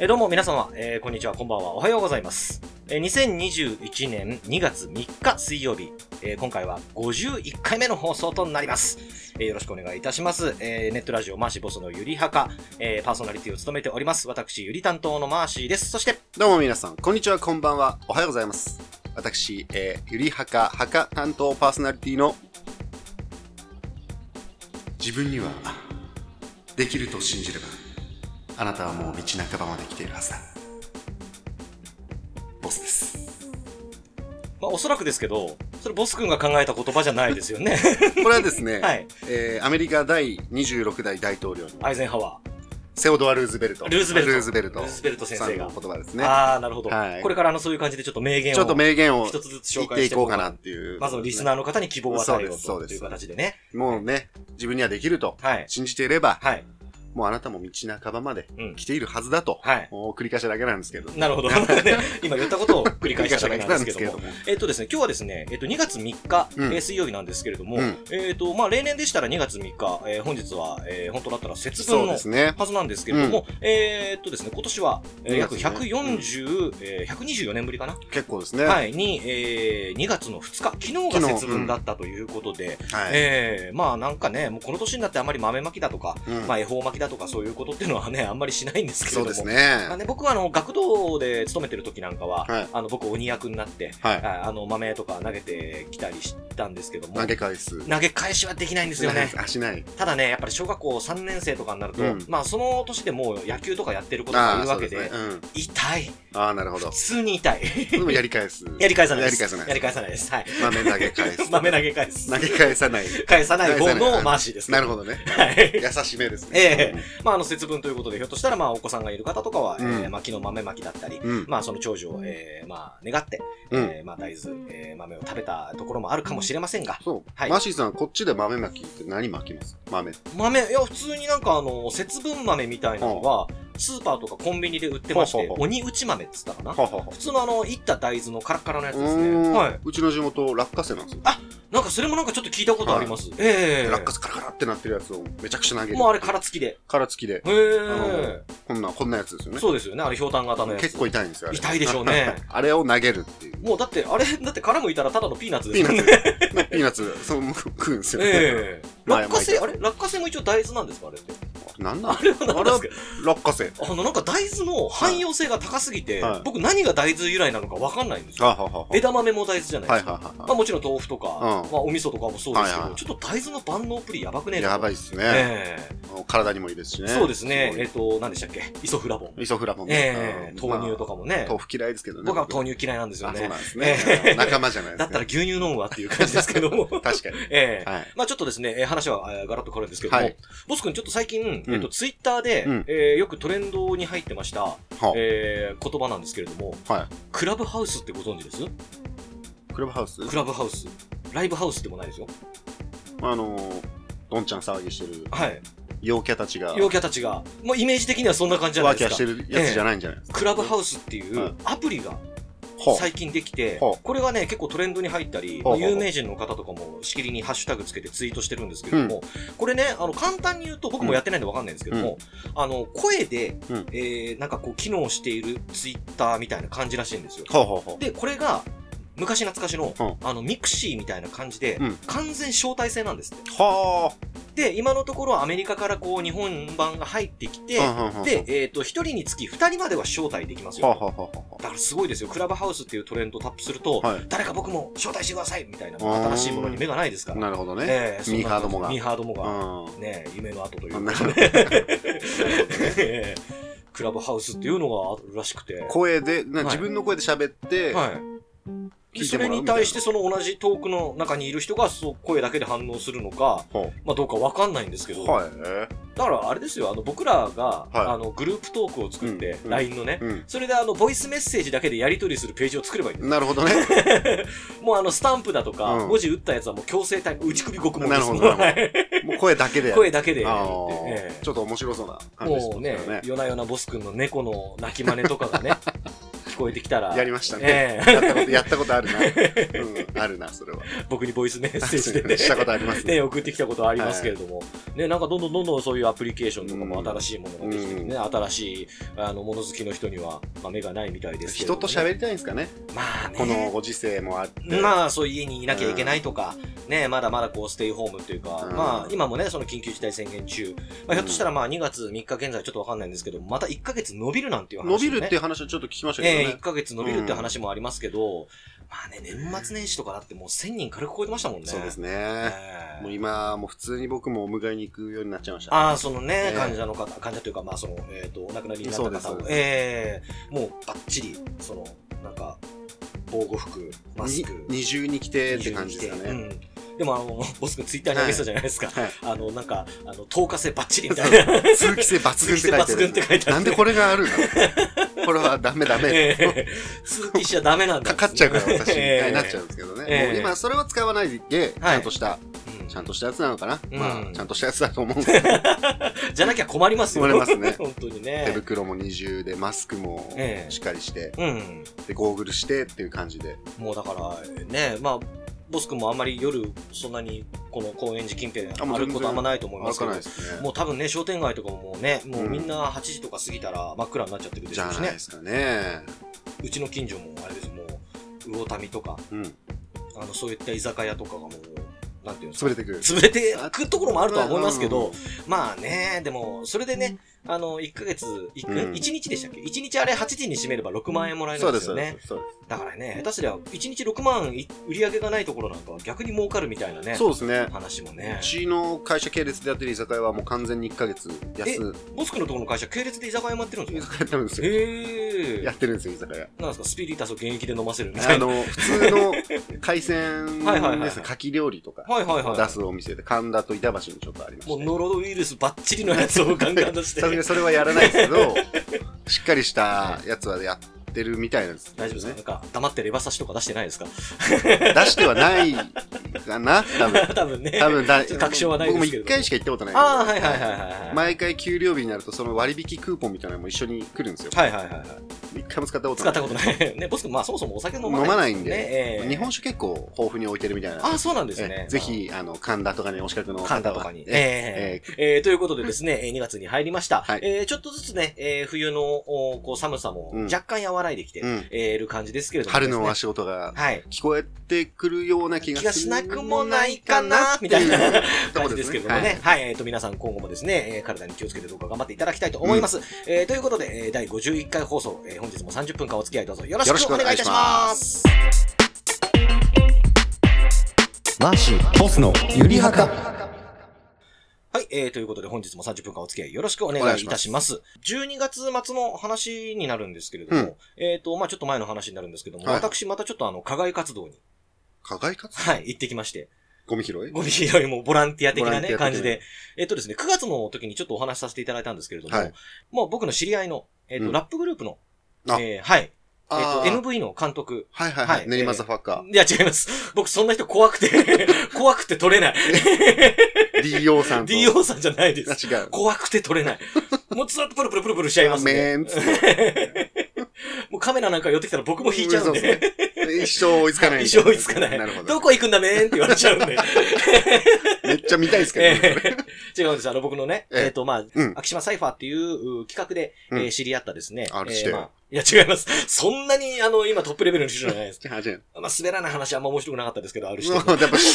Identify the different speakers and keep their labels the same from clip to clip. Speaker 1: えーどうも皆様、えーこんにちは、こんばんは、おはようございます。えー2021年2月3日水曜日、えー今回は51回目の放送となります。えーよろしくお願いいたします。えーネットラジオマーシーボスのゆりはか、えーパーソナリティを務めております。私、ゆり担当のマーシーです。そして、
Speaker 2: どうも皆さん、こんにちは、こんばんは、おはようございます。私、えー、ゆりはか、はか担当パーソナリティの、自分には、できると信じれば、あなたはもう道半ばまで来ているはずだ。ボスです。
Speaker 1: まあ、おそらくですけど、それボス君が考えた言葉じゃないです よね。
Speaker 2: これはです ね、
Speaker 1: はい。
Speaker 2: えーアメリカ第26代大統領の、
Speaker 1: アイゼンハワ
Speaker 2: セオドア・ルーズベルト。
Speaker 1: ルーズベルト
Speaker 2: ルーズベル
Speaker 1: ー、
Speaker 2: ト
Speaker 1: ルーズベルト先
Speaker 2: さ
Speaker 1: 生
Speaker 2: ん
Speaker 1: が
Speaker 2: の。言葉ですね。
Speaker 1: ああ、なるほど、
Speaker 2: はい
Speaker 1: これからあのそういう感じでちょっと名言を
Speaker 2: ちょっと名言を
Speaker 1: 一つずつ
Speaker 2: 言
Speaker 1: 紹
Speaker 2: っ
Speaker 1: 介
Speaker 2: てい
Speaker 1: して
Speaker 2: こ
Speaker 1: も
Speaker 2: う
Speaker 1: ら
Speaker 2: か
Speaker 1: う
Speaker 2: なっていう。
Speaker 1: まずはリスナーの方に希望を与えようと
Speaker 2: そうです
Speaker 1: と
Speaker 2: そうで
Speaker 1: いう
Speaker 2: す
Speaker 1: 形でね。
Speaker 2: もうね、自分にはできると
Speaker 1: はい。
Speaker 2: 信じていれば、
Speaker 1: はい。
Speaker 2: もうあなたも道半ばまで
Speaker 1: うん
Speaker 2: 来ているはずだと、
Speaker 1: はい。
Speaker 2: もう繰り返しただけなんですけど、
Speaker 1: なる ほど。今言ったことを繰り返しただけなんですけども。
Speaker 2: も。
Speaker 1: えっとですね、今日はですね、えっと、2月3日、
Speaker 2: うん
Speaker 1: えー水曜日なんですけれども、
Speaker 2: うん
Speaker 1: えっと、まあ、例年でしたら2月3日、えー本日は、えー本当だったら節
Speaker 2: そう
Speaker 1: 分
Speaker 2: で
Speaker 1: の
Speaker 2: すね。
Speaker 1: はずなんですけれども、えーっとですね、今年は、えー約
Speaker 2: 2月ね
Speaker 1: 140、えー124年ぶりかな、
Speaker 2: 結構ですね。は。
Speaker 1: はいい、に、えー2月の2日、昨日が節分だったということで、えーまあなんかね、もうこの年になってあまり豆まきだとか、
Speaker 2: うん
Speaker 1: まあ恵方巻きだとかそういうことっていうのはね、あんまりしないんですけれど
Speaker 2: そう
Speaker 1: も。
Speaker 2: ですね。
Speaker 1: まあね、僕はあの学童で勤めてる時なんかは、
Speaker 2: はい
Speaker 1: あの僕鬼役になって、
Speaker 2: はい。
Speaker 1: ああの豆とか投げてきたりしたんですけども、
Speaker 2: 投げ返す。
Speaker 1: 投げ返しはできないんですよね。
Speaker 2: あ、しない。
Speaker 1: ただね、やっぱり小学校3年生とかになると、
Speaker 2: うん
Speaker 1: まあその年でもう野球とかやってる子とがい
Speaker 2: ああ、
Speaker 1: る
Speaker 2: そ
Speaker 1: わ
Speaker 2: う
Speaker 1: け
Speaker 2: で、
Speaker 1: です
Speaker 2: ね。うん。
Speaker 1: 痛 い。
Speaker 2: ああ、なるほど
Speaker 1: 普。通に痛い。。
Speaker 2: でもやり返す
Speaker 1: やり返さないです。
Speaker 2: やり返さない
Speaker 1: やり返さないです。はい。
Speaker 2: 豆投げ返す。
Speaker 1: 豆投げ返す。
Speaker 2: 投げ返さない。
Speaker 1: 返さない方
Speaker 2: 返さな
Speaker 1: の
Speaker 2: い
Speaker 1: マーシーです。
Speaker 2: なるほどね。
Speaker 1: はい。
Speaker 2: 優しめですね。
Speaker 1: ええまあ、あの、節分ということで、ひょっとしたら、まあ、お子さんがいる方とかは、え
Speaker 2: う
Speaker 1: ー
Speaker 2: ん
Speaker 1: まあ、昨日豆まきだったり、
Speaker 2: うん。
Speaker 1: まあ、その長寿を、えーまあ、願って、
Speaker 2: うん。
Speaker 1: えーまあ、大豆、えー豆を食べたところもあるかもしれませんが、
Speaker 2: そう。
Speaker 1: はい
Speaker 2: マーシーさん、こっちで豆まきって何まきます豆。
Speaker 1: 豆、いや、普通になんか、あの、節分豆みたいなのは、スーパーとかコンビニで売ってまし
Speaker 2: ほう
Speaker 1: て
Speaker 2: ほう、ほう
Speaker 1: 鬼打ち豆っつったかな。
Speaker 2: ははは。
Speaker 1: 普通のあの、いった大豆のカラッカラのやつ
Speaker 2: う
Speaker 1: ですね。はい
Speaker 2: ーん。。うちの地元、落花生なんですよ。
Speaker 1: なんか、それもなんかちょっと聞いたことあります。ええ
Speaker 2: 落花生カラカラってなってるやつをめちゃくちゃ投げる。
Speaker 1: もうあれ、殻付きで。
Speaker 2: 殻付きで。
Speaker 1: へえ、
Speaker 2: こんな、こんなやつですよね。
Speaker 1: そうですよね。あれ、ひょうたん型のやつ。
Speaker 2: 結構痛いんですよ、あれ。
Speaker 1: 痛いでしょう ね。
Speaker 2: あれを投げるっ ていう。
Speaker 1: もうだって、あれ、だって殻むいたらただのピーナッツで
Speaker 2: ピ
Speaker 1: す
Speaker 2: ー
Speaker 1: もん
Speaker 2: ナ
Speaker 1: ね。
Speaker 2: ッツ、ねピーナッツ、そう、食うんですよ。
Speaker 1: ええ
Speaker 2: まあ
Speaker 1: 落花生、
Speaker 2: ま
Speaker 1: あ
Speaker 2: あ
Speaker 1: れ落花生も一応大豆なんですかあれって。
Speaker 2: なんなん
Speaker 1: あれは何なんです
Speaker 2: 落花生。
Speaker 1: かあの、なんか大豆の汎用性が高すぎて、
Speaker 2: はい
Speaker 1: 僕何が大豆由来なのかわかんないんですよ。
Speaker 2: あははは。
Speaker 1: 枝豆も大豆じゃない
Speaker 2: は
Speaker 1: で
Speaker 2: い
Speaker 1: すか。
Speaker 2: はいはい
Speaker 1: まあ
Speaker 2: は
Speaker 1: もちろん豆腐とか、
Speaker 2: うん
Speaker 1: まあお味噌とかもそうですけど、
Speaker 2: はいはい
Speaker 1: ちょっと大豆の万能プリンやばくねえ
Speaker 2: い。
Speaker 1: な。
Speaker 2: やばいっすね。
Speaker 1: ええ
Speaker 2: 体にもいいですしね。
Speaker 1: そうですね。え
Speaker 2: ごい
Speaker 1: っ、と、何でしたっけイソフラボン。
Speaker 2: イソフラボンも
Speaker 1: ええ
Speaker 2: うん
Speaker 1: 豆乳と
Speaker 2: ま
Speaker 1: かも
Speaker 2: あ
Speaker 1: ね。
Speaker 2: 豆腐嫌いですけどね。
Speaker 1: 僕は豆乳嫌いなんですよ
Speaker 2: あ、そう
Speaker 1: ね
Speaker 2: な。んです
Speaker 1: ええ
Speaker 2: ね。仲間じゃないです
Speaker 1: だ
Speaker 2: か。
Speaker 1: ったら牛乳飲むわっていう感じですけども。
Speaker 2: 確かに。
Speaker 1: ええ
Speaker 2: はい。
Speaker 1: まあちょっとですね、えー話はえーガラッと変わるんですけども、
Speaker 2: はい。
Speaker 1: ボス君ちょっと最近、
Speaker 2: うん
Speaker 1: えっと、ツイッターで、
Speaker 2: うん
Speaker 1: えーよくトレンドに入ってました、
Speaker 2: は
Speaker 1: えー言葉なんですけれども、
Speaker 2: は
Speaker 1: クラブハウスってご存知です
Speaker 2: い。クラブハウス
Speaker 1: クラブハウス。ライブハウスでもないですよ。
Speaker 2: あのー、どんちゃん騒ぎしてる
Speaker 1: はい。
Speaker 2: 陽キャたちが、
Speaker 1: 陽キャたちが、もうイメージ的にはそんな感じじゃな
Speaker 2: ワ
Speaker 1: い
Speaker 2: ーキ
Speaker 1: で
Speaker 2: ャー
Speaker 1: す
Speaker 2: して
Speaker 1: か。
Speaker 2: るやつじゃないんじゃないですか。
Speaker 1: クラブハ
Speaker 2: ウ
Speaker 1: ウスってい
Speaker 2: は
Speaker 1: う
Speaker 2: い
Speaker 1: アプリが
Speaker 2: ス
Speaker 1: 最近できて、
Speaker 2: ほう
Speaker 1: これがね、結構トレンドに入ったり、
Speaker 2: ほうほうほう
Speaker 1: 有名人の方とかもしきりにハッシュタグつけてツイートしてるんですけれども、これね、あの、簡単に言うと、僕もやってないんでわかんないんですけども、あの、声で、
Speaker 2: うん
Speaker 1: えー、なんかこう、機能しているツイッターみたいな感じらしいんですよ。
Speaker 2: ほうほうほう。
Speaker 1: で、これが、昔懐かしの、
Speaker 2: う
Speaker 1: あの、ミクシーみたいな感じで、
Speaker 2: うん
Speaker 1: 完全招待制なんですって。
Speaker 2: は
Speaker 1: で、今のところアメリカからこう、日本版が入ってきて、
Speaker 2: あ。
Speaker 1: で、、えっ、と、一人につき二人までは招待できます
Speaker 2: はあ
Speaker 1: よ。
Speaker 2: はあはあは
Speaker 1: だからすごいですよ。クラブハウスっていうトレンドをタップすると、
Speaker 2: あ。はい。
Speaker 1: 誰か僕も招待してくださいみたいな、
Speaker 2: あー
Speaker 1: 新しいものに目がないですから。
Speaker 2: なるほどね。
Speaker 1: ええそんな
Speaker 2: ミーハーどもが
Speaker 1: ミーハーども
Speaker 2: うん。
Speaker 1: が、ねえ、夢の後という
Speaker 2: な
Speaker 1: か
Speaker 2: るほど
Speaker 1: ええ クラブハウスっていうのがあるらしくて。
Speaker 2: 声で、
Speaker 1: は
Speaker 2: ない自分の声で喋って、
Speaker 1: はい。
Speaker 2: 聞い
Speaker 1: そ
Speaker 2: てもら
Speaker 1: れ
Speaker 2: うみたいな
Speaker 1: に対してその同じトークの中にいる人がそう声だけで反応するのか、
Speaker 2: ほ
Speaker 1: まあどうかわかんないんですけ
Speaker 2: う
Speaker 1: ど、
Speaker 2: は
Speaker 1: だからあれですよ、あの僕らが、
Speaker 2: はい
Speaker 1: あのグループトークを作って、
Speaker 2: うん
Speaker 1: LINE のね、
Speaker 2: い。う
Speaker 1: それであのボイスメッセージだけでやり取りするページを作ればいいんです
Speaker 2: ん。なるほ どね。
Speaker 1: もうあのスタンプだとか、
Speaker 2: うん
Speaker 1: 文字打ったやつはもう強制退打ち首獄門で
Speaker 2: な
Speaker 1: す
Speaker 2: るほど
Speaker 1: もう
Speaker 2: な
Speaker 1: はい
Speaker 2: もう声だけでや る。
Speaker 1: 声だけでやる
Speaker 2: あ
Speaker 1: っていう
Speaker 2: ー
Speaker 1: ね
Speaker 2: ちょっと面白そうな感じです
Speaker 1: もうね、夜な夜なボス君の猫の鳴き真似とかがね、聞こえてきたら、
Speaker 2: やりましたね。
Speaker 1: え
Speaker 2: やったこと、やったこと あるな。うん、あるな、それは。
Speaker 1: え僕にボイスメッセージで ね。
Speaker 2: したことありますね。
Speaker 1: ね、送ってきたことはありますけれども、ね、なんかどんどんどんどんそういうアプリケーションとかも
Speaker 2: うん
Speaker 1: 新しいものができてきてね、新しいあのもの好きの人には、まあ、目がないみたいですけれど
Speaker 2: 人
Speaker 1: も、
Speaker 2: と喋りたいんですかね。
Speaker 1: まあね、
Speaker 2: このご時世もあって。
Speaker 1: まあ、そういう家にいなきゃいけないとか、ね、まだまだこう、ステイホームというか、
Speaker 2: うん
Speaker 1: まあ、今もね、その緊急事態宣言中、まあ、ひょっとしたらまあ、2月3日現在ちょっとわかんないんですけど、また1ヶ月伸びるなんていう話も、
Speaker 2: 伸
Speaker 1: ね。
Speaker 2: びるっていう話をちょっと聞きましたけど
Speaker 1: ええ
Speaker 2: ね
Speaker 1: 1。ヶ月伸びるって話もありますけど、まあね、年末年始とかだってもう1000人軽く超えてましたもんね。
Speaker 2: そうです
Speaker 1: ね。
Speaker 2: ね。もう今、もう普通に僕もお迎えに行くようになっちゃいました。
Speaker 1: ああ、そのね、
Speaker 2: ええ
Speaker 1: 患者の方、患者というか、まあ、その、えっ、と、お亡くなりになった
Speaker 2: そうです
Speaker 1: 方
Speaker 2: そう
Speaker 1: を
Speaker 2: で、す
Speaker 1: ええもうバッチリ、その、なんか、防護服、マス
Speaker 2: に
Speaker 1: ク、
Speaker 2: 二重に来てって感じですか
Speaker 1: う
Speaker 2: ね。
Speaker 1: んでも、あの、 ボス君ツイッターに上げてたじゃないですか。
Speaker 2: はい
Speaker 1: あの、なんか、あの、透過性バッチリみたいな。
Speaker 2: 通気性抜
Speaker 1: 通
Speaker 2: 群って書いてある。
Speaker 1: 気性抜群って書いてある
Speaker 2: なんでこれがあるのこれはダメダメ。
Speaker 1: ええ通気しちゃダメなんだ。
Speaker 2: かかっちゃうから私み
Speaker 1: え
Speaker 2: た
Speaker 1: え
Speaker 2: いになっちゃうんですけどね。
Speaker 1: ええ
Speaker 2: もう今、それは使わないで、ち
Speaker 1: はい
Speaker 2: ゃんとした、
Speaker 1: うん
Speaker 2: ちゃんとしたやつなのかな、
Speaker 1: うん
Speaker 2: まあ、ちゃんとしたやつだと思うんですけど、
Speaker 1: じゃなきゃ困りますよ。
Speaker 2: 困ります ね
Speaker 1: 本当に
Speaker 2: 手
Speaker 1: ね。
Speaker 2: 袋も二重で、マスクも
Speaker 1: ええ
Speaker 2: しっかりして、
Speaker 1: うん。
Speaker 2: で、ゴーグルしてっていう感じで。
Speaker 1: もうだから、ね、まあ、ボス君もあんまり夜、そんなに、この高円寺近辺
Speaker 2: あも
Speaker 1: 歩
Speaker 2: う全然
Speaker 1: くことあんまないと思いま
Speaker 2: 歩
Speaker 1: すけ
Speaker 2: か
Speaker 1: ど
Speaker 2: ないで、すね。
Speaker 1: もう多分ね、商店街とかももうね、もううんみんな8時とか過ぎたら真っ暗になっちゃってるでし
Speaker 2: じ
Speaker 1: ょ
Speaker 2: ゃ
Speaker 1: うし
Speaker 2: ない
Speaker 1: ね
Speaker 2: で。すかね。
Speaker 1: うちの近所もあれですよもう、魚民とか、
Speaker 2: うん。
Speaker 1: あの、そういった居酒屋とかがもう、なんていうんですか
Speaker 2: 潰れてくる。
Speaker 1: 潰れていくところもあるとは思いますけど
Speaker 2: うん、、
Speaker 1: まあね、でも、それでね、あの、1ヶ月、1,
Speaker 2: うん
Speaker 1: 一日でしたっけ ?1 日あれ8時に閉めれば6万円もらえる
Speaker 2: そうん
Speaker 1: で
Speaker 2: ですす、
Speaker 1: よ
Speaker 2: そう
Speaker 1: ね
Speaker 2: で。す。そうで
Speaker 1: だからね、下手すりゃ、1日6万い売り上げがないところなんかは逆に儲かるみたいなね、
Speaker 2: すそうですね。
Speaker 1: 話もね
Speaker 2: う。ちの会社系列でやってる居酒屋はもう完全に1ヶ月休
Speaker 1: ボスクのところの会社、系列で居酒屋もやってるん
Speaker 2: 居
Speaker 1: ですよ。
Speaker 2: 酒屋やってるんですよ。
Speaker 1: へえ。
Speaker 2: やってるんですよ、居 酒屋。
Speaker 1: なんですか、スピリタスを現役で飲ませるみた
Speaker 2: あ
Speaker 1: いな。
Speaker 2: の、普通の海鮮
Speaker 1: はいはいはいはい
Speaker 2: ですね、牡蠣料理とか
Speaker 1: はいはい
Speaker 2: を出
Speaker 1: は
Speaker 2: すお店で、神田と板橋にちょっとありま
Speaker 1: い。もう
Speaker 2: して。
Speaker 1: ノロウイルスバッチリのやつをガンガン出し て。
Speaker 2: さすがにそれはやらないですけど、しっかりしたやつはやってるみたいなんです。
Speaker 1: 大丈夫ですかなんか、黙ってレバ刺しとか出してないですか
Speaker 2: 出してはないかな多分。
Speaker 1: 多分ね。
Speaker 2: 多分だ
Speaker 1: ちょっと確証はない
Speaker 2: 僕
Speaker 1: です
Speaker 2: も
Speaker 1: けれど
Speaker 2: 一
Speaker 1: も
Speaker 2: 回しか行ったことないんで。
Speaker 1: ああ、はいはいはいはいはい。
Speaker 2: 毎回給料日になるとその割引クーポンみたいなのも一緒に来るんですよ。
Speaker 1: はいはいはいはい。
Speaker 2: 一回も使ったこと
Speaker 1: 使
Speaker 2: な
Speaker 1: っ
Speaker 2: い。
Speaker 1: たことない。 ね、ボス君、まあそもそもお酒飲まない、
Speaker 2: 飲まないんで
Speaker 1: ねええ
Speaker 2: 日本酒結構豊富に置いてるみたいなんで。
Speaker 1: ああ、そうなんです
Speaker 2: え
Speaker 1: ね
Speaker 2: え。ぜひ、あの、神田とかにお近くの
Speaker 1: まあ。
Speaker 2: 方
Speaker 1: カ
Speaker 2: は
Speaker 1: ンダとかに。え
Speaker 2: え
Speaker 1: えええということでですね、えー2月に入りました。
Speaker 2: はい
Speaker 1: えーちょっとずつね、えー冬のおこう寒さも
Speaker 2: うん
Speaker 1: 若干和らいできて
Speaker 2: えうん。
Speaker 1: えーいる感じですけれども、
Speaker 2: 春の
Speaker 1: 和
Speaker 2: 足音が
Speaker 1: はい。
Speaker 2: 聞こえてくるような気が
Speaker 1: 気が
Speaker 2: す
Speaker 1: し
Speaker 2: る
Speaker 1: なくもないかなみたいな感じですけれどもね。。はい。えっ、と、皆さん今後もですね、えー体に気をつけてどうか頑張っていただきたいと思います。えーということで、えー第51回放送、えー本日も30分間お付き合いどうぞよろしくお願いいたします。
Speaker 2: マーシー、ボスのゆりはか。
Speaker 1: はい、えー、ということで本日も30分間お付き合いよろしくお願いいたします。12月末の話になるんですけれども、えっ、と、まあちょっと前の話になるんですけども、
Speaker 2: はい
Speaker 1: 私またちょっとあの、課外活動に、
Speaker 2: 課外活動
Speaker 1: はい、行ってきまして、
Speaker 2: ゴミ拾い
Speaker 1: ゴミ拾いもボランティア的なね、
Speaker 2: ボラ
Speaker 1: 感
Speaker 2: ンティア的な
Speaker 1: じで、えっ、とですね、9月の時にちょっとお話しさせていただいたんですけれども、
Speaker 2: はい
Speaker 1: もう僕の知り合いの、えっ、と、
Speaker 2: うん
Speaker 1: ラップグループの、
Speaker 2: あ
Speaker 1: えーはい、えっ、と、
Speaker 2: あー
Speaker 1: NV の監督、
Speaker 2: はいはい
Speaker 1: は
Speaker 2: はいい。練馬ザファッ カ
Speaker 1: いや、違います。僕、そんな人怖くて、 怖くて撮 れない。
Speaker 2: ー。DO さんと。
Speaker 1: DO さんじゃないです。
Speaker 2: あ違う。
Speaker 1: 怖くて撮れない。もうずっとプルプルプルプルしちゃいますね。
Speaker 2: めーんっつって。
Speaker 1: もうカメラなんか寄ってきたら僕 も引いちゃうんで。
Speaker 2: そうですね。一生追いつかな い。
Speaker 1: 一生追いつかない
Speaker 2: なるほ
Speaker 1: ど
Speaker 2: ど。
Speaker 1: こ行くんだめーんって言われちゃうんで。
Speaker 2: めっちゃ見たいですけどね。
Speaker 1: ええ違うんです。あの、僕のね、
Speaker 2: ええ
Speaker 1: えっ、と、まあ、
Speaker 2: うん
Speaker 1: 秋島サイファーっていうう企画で、え
Speaker 2: うん
Speaker 1: ー知り合ったですね。
Speaker 2: あれ
Speaker 1: えー
Speaker 2: して
Speaker 1: まあいや、違います。そんなに、あの、今トップレベルの人じゃないです。
Speaker 2: じゃあ、じゃ
Speaker 1: まあ、滑らない話あんま面白くなかったですけど、ある人。
Speaker 2: あ。もう、やっぱ、し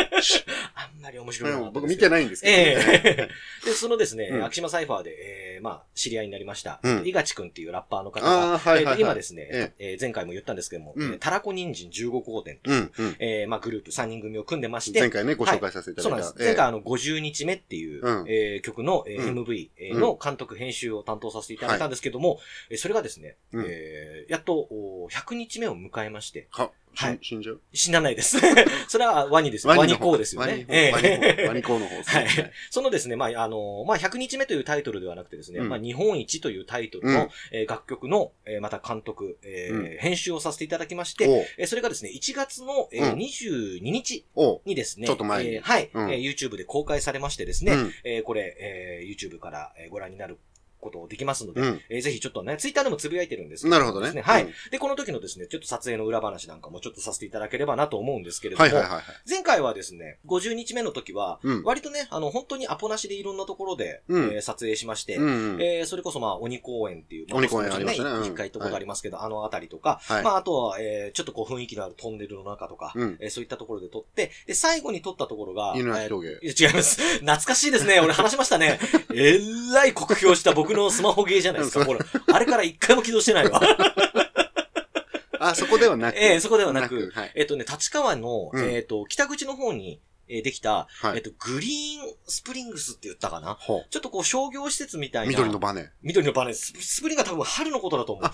Speaker 1: あんまり面白くなかったですけど。
Speaker 2: 僕見てないんですけどね。
Speaker 1: ええで、そのですね、
Speaker 2: うん
Speaker 1: 秋島サイファーで、えーまあ、知り合いになりました、
Speaker 2: うん
Speaker 1: 伊賀地君っていうラッパーの方が、
Speaker 2: あーはいはいはい
Speaker 1: えーと今ですね、
Speaker 2: え
Speaker 1: えー前回も言ったんですけども、
Speaker 2: うん
Speaker 1: えーたらこ人参15号店と、
Speaker 2: うん、うん。
Speaker 1: えーまあ、グループ3人組を組んでまして、
Speaker 2: 前回ね、ご紹介させてい
Speaker 1: そ
Speaker 2: た
Speaker 1: うな
Speaker 2: だ
Speaker 1: んで
Speaker 2: いた
Speaker 1: す。。前回、あの、50日目っていう、
Speaker 2: うん
Speaker 1: えー曲の、えー
Speaker 2: うん
Speaker 1: MV えー
Speaker 2: うん
Speaker 1: の監督編集を担当させていただいたんですけども、えーそれがですね、
Speaker 2: うん
Speaker 1: えーやっとお100日目を迎えまして、
Speaker 2: は、
Speaker 1: はい
Speaker 2: 死んじゃう
Speaker 1: 死なないです。 それはワニです。ワ
Speaker 2: ワニ
Speaker 1: ニ
Speaker 2: の方
Speaker 1: コウですよね。ええ
Speaker 2: ワニの方ワニコの方です
Speaker 1: はい
Speaker 2: ね。。
Speaker 1: そのですね、まあ、あの、まあ、100日目というタイトルではなくてですね、
Speaker 2: うん
Speaker 1: まあ、日本一というタイトルの、
Speaker 2: うん
Speaker 1: えー楽曲の、えーまた監督、えー
Speaker 2: う
Speaker 1: 編集をさせていただきまして、
Speaker 2: で、
Speaker 1: えーそれがですね、1月の、えー
Speaker 2: うん
Speaker 1: 22日
Speaker 2: おう、
Speaker 1: にですね、
Speaker 2: ちょっと前に
Speaker 1: えーはい、
Speaker 2: うん
Speaker 1: えー YouTube で公開されましてです
Speaker 2: う
Speaker 1: ね、
Speaker 2: ん
Speaker 1: えーこれ、えー YouTube からえーご覧になることできますので、
Speaker 2: うん。
Speaker 1: えーぜひちょっとね、ツイッターでもつぶやいてるんですけ
Speaker 2: なるほど
Speaker 1: です
Speaker 2: ね。
Speaker 1: はい、
Speaker 2: うん
Speaker 1: で、この時のですね、ちょっと撮影の裏話なんかもちょっとさせていただければなと思うんですけれども、
Speaker 2: はいはいはいはい。
Speaker 1: 前回はですね、50日目の時は、
Speaker 2: うん。
Speaker 1: 割とね、あの、本当にアポなしでいろんなところで、
Speaker 2: うん
Speaker 1: えー撮影しまして、
Speaker 2: うんうん。
Speaker 1: えーそれこそまあ、鬼公園っていう、ま
Speaker 2: 鬼公園
Speaker 1: そ
Speaker 2: あ
Speaker 1: うで
Speaker 2: りますしたねうん
Speaker 1: 一回とこがありますけど、あのあたりとか、
Speaker 2: はい
Speaker 1: まあ、あとは、えーちょっとこう雰囲気のあるトンネルの中とか、
Speaker 2: うん。
Speaker 1: えーそういったところで撮って、で、最後に撮ったところが、
Speaker 2: 犬
Speaker 1: え
Speaker 2: 足
Speaker 1: ー
Speaker 2: 峠。
Speaker 1: いや違います。懐かしいですね。俺話しましたね。えらい酷評した僕のスマホゲーじゃないですか。これ、あれから一回も起動してないわ。
Speaker 2: あ、そこではなく。
Speaker 1: ええそこではなく、
Speaker 2: はい。
Speaker 1: えっとね、立川の、
Speaker 2: うん
Speaker 1: えっと、北口の方に、えーできた、
Speaker 2: は
Speaker 1: えっ
Speaker 2: い。
Speaker 1: と、グリーンスプリングスって言ったかな
Speaker 2: ほう。
Speaker 1: ちょっとこう商業施設みたいな。
Speaker 2: 緑のバネ。
Speaker 1: 緑のバネ。ススプリングは多分春のことだと思う。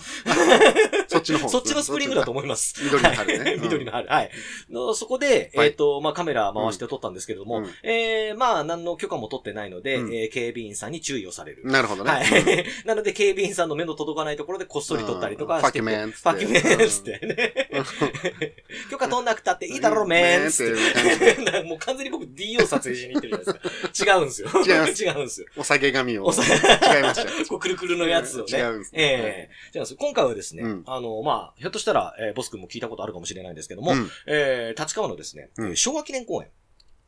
Speaker 2: そっちの方。
Speaker 1: そっちのスプリングだと
Speaker 2: 思
Speaker 1: 思います。。
Speaker 2: 緑の春ね
Speaker 1: 緑の春。はい。のそこで、
Speaker 2: はい
Speaker 1: えっ、と、まあ、カメラ回して撮ったんですけれども、
Speaker 2: うん
Speaker 1: えーまあ、何の許可も取ってないので、
Speaker 2: うん
Speaker 1: えー警備員さんに注意をされる。
Speaker 2: なるほどね。
Speaker 1: はい
Speaker 2: うん。
Speaker 1: なので、警備員さんの目の届かないところでこっそり撮ったりとかしてて。
Speaker 2: うんファキメンっつって
Speaker 1: ファキメンっつってね。 許可取んなくたっていいだろ、メンっつっ
Speaker 2: うんメンって
Speaker 1: て。 もう完全に僕 D を撮影しに行ってるじゃないですか。違うん ですよ。
Speaker 2: 違いま
Speaker 1: 違うんですよ。
Speaker 2: お酒髪を。
Speaker 1: お酒
Speaker 2: 違いましたよ。
Speaker 1: こうくるくるのやつをね。
Speaker 2: 違うんですね。
Speaker 1: ええじゃあ、今回はですね、
Speaker 2: うん
Speaker 1: あの、まあ、ひょっとしたら、えーボス君も聞いたことあるかもしれないんですけども、
Speaker 2: うん。
Speaker 1: えー立川のですね、
Speaker 2: うん
Speaker 1: 昭和記念公園。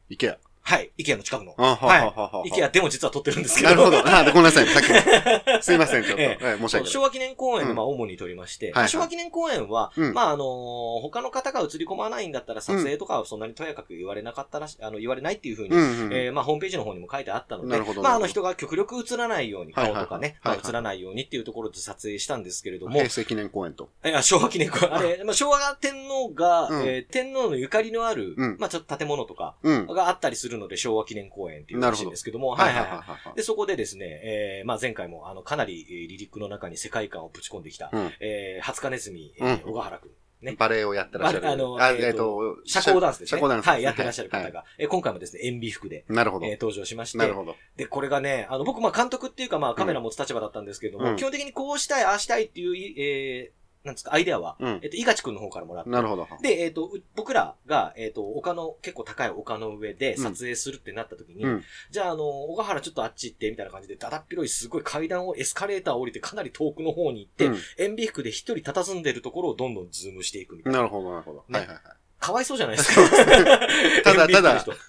Speaker 2: イケア。
Speaker 1: はい、イケアの近くの。
Speaker 2: あは
Speaker 1: はい
Speaker 2: ははは。
Speaker 1: イケアでも実は撮ってるんですけど。
Speaker 2: なるほど。あ、ごめんなさい。さっき のすいません、ちょっと。
Speaker 1: え
Speaker 2: ええ申し
Speaker 1: そ
Speaker 2: 訳
Speaker 1: う
Speaker 2: ない。
Speaker 1: 昭和記念公園で
Speaker 2: うん
Speaker 1: まあ主に撮りまして、
Speaker 2: はいはい
Speaker 1: 昭和記念公園は、
Speaker 2: うん
Speaker 1: まああのー他の方が映り込まないんだったら撮影とかはそんなにとやかく言われなかったらし、あの、言われないっていうふうに、
Speaker 2: うんうん。
Speaker 1: えーまあホームページの方にも書いてあったの
Speaker 2: な
Speaker 1: で
Speaker 2: るほ、ど
Speaker 1: まああの人が極力映らないように、
Speaker 2: はいは
Speaker 1: 顔
Speaker 2: いはい
Speaker 1: とかね、
Speaker 2: はいはい
Speaker 1: まあ映らないようにっていうところで撮影したんですけれども
Speaker 2: 平、成記念公園と。
Speaker 1: いや、昭和記念公園、あれ、まあ、昭和天皇が、
Speaker 2: うん
Speaker 1: えー天皇のゆかりのある、
Speaker 2: うん
Speaker 1: まあ、ちょっと建物とか
Speaker 2: うん。
Speaker 1: があったりするので、昭和記念公園っていう
Speaker 2: な
Speaker 1: ら
Speaker 2: る
Speaker 1: し
Speaker 2: ほ
Speaker 1: いん
Speaker 2: ど
Speaker 1: ですけども、はいはいはい。
Speaker 2: は
Speaker 1: で、そこでですね、えーまあ、前回も、あの、かなり、えーリリックの中に世界観をぶち込んできた、
Speaker 2: うん
Speaker 1: えー、初金ネズミ、えー
Speaker 2: うん
Speaker 1: 小川原くん。ね
Speaker 2: バレエをやってらっしゃる。
Speaker 1: ああのえー
Speaker 2: と
Speaker 1: 社交ダンスですね。
Speaker 2: 社交ダンスですね
Speaker 1: はい、やってらっしゃる方が、
Speaker 2: はい
Speaker 1: えー今回もですね、塩ビ服で、
Speaker 2: なるほど
Speaker 1: えー。登場しまして
Speaker 2: なる、ほど。
Speaker 1: で、これがね、あの、僕、まあ、監督っていうか、まあ、カメラ持つ立場だったんですけども、
Speaker 2: うん
Speaker 1: 基本的にこうしたい、ああしたいっていう、いえー、なんですか、アイデアは、
Speaker 2: うん
Speaker 1: えっと、井勝くんの方からもらって、
Speaker 2: なるほど。
Speaker 1: で、えっ、と、う僕らが、えっ、と、丘の、結構高い丘の上で撮影するってなった時に、
Speaker 2: うん
Speaker 1: じゃあ、あの、小川原ちょっとあっち行って、みたいな感じで、だだっ広いすごい階段をエスカレーターを降りて、かなり遠くの方に行って、
Speaker 2: うん
Speaker 1: 塩ビ服で一人佇んでるところをどんどんズームしていくみたいな。
Speaker 2: なるほど、なるほど。
Speaker 1: ね
Speaker 2: はいはいは
Speaker 1: かわいそうじゃないですか。 塩
Speaker 2: ただ
Speaker 1: ビ服の人
Speaker 2: い。周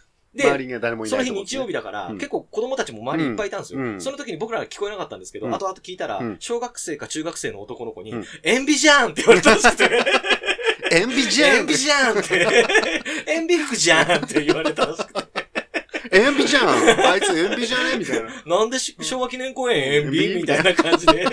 Speaker 1: で、
Speaker 2: りには誰もい
Speaker 1: その
Speaker 2: ない
Speaker 1: 日
Speaker 2: ところで
Speaker 1: 日
Speaker 2: すね。
Speaker 1: 曜日だから、
Speaker 2: うん
Speaker 1: 結構子供たちも周りにいっぱいいたんですよ。
Speaker 2: うん
Speaker 1: その時に僕らは聞こえなかったんですけど、
Speaker 2: うん
Speaker 1: 後々聞いたら、
Speaker 2: うん
Speaker 1: 小学生か中学生の男の子に、
Speaker 2: うん
Speaker 1: 塩ビじゃんって言われたらし くて。
Speaker 2: 塩ビじゃ
Speaker 1: 塩
Speaker 2: ん
Speaker 1: ビじゃん って、塩ビ服じゃんって言われたらしくて、
Speaker 2: 塩ビじゃんあいつ塩ビじゃねみたいな。
Speaker 1: なんでし昭和記念公園塩ビ
Speaker 2: 塩ビ
Speaker 1: みたいな感じで。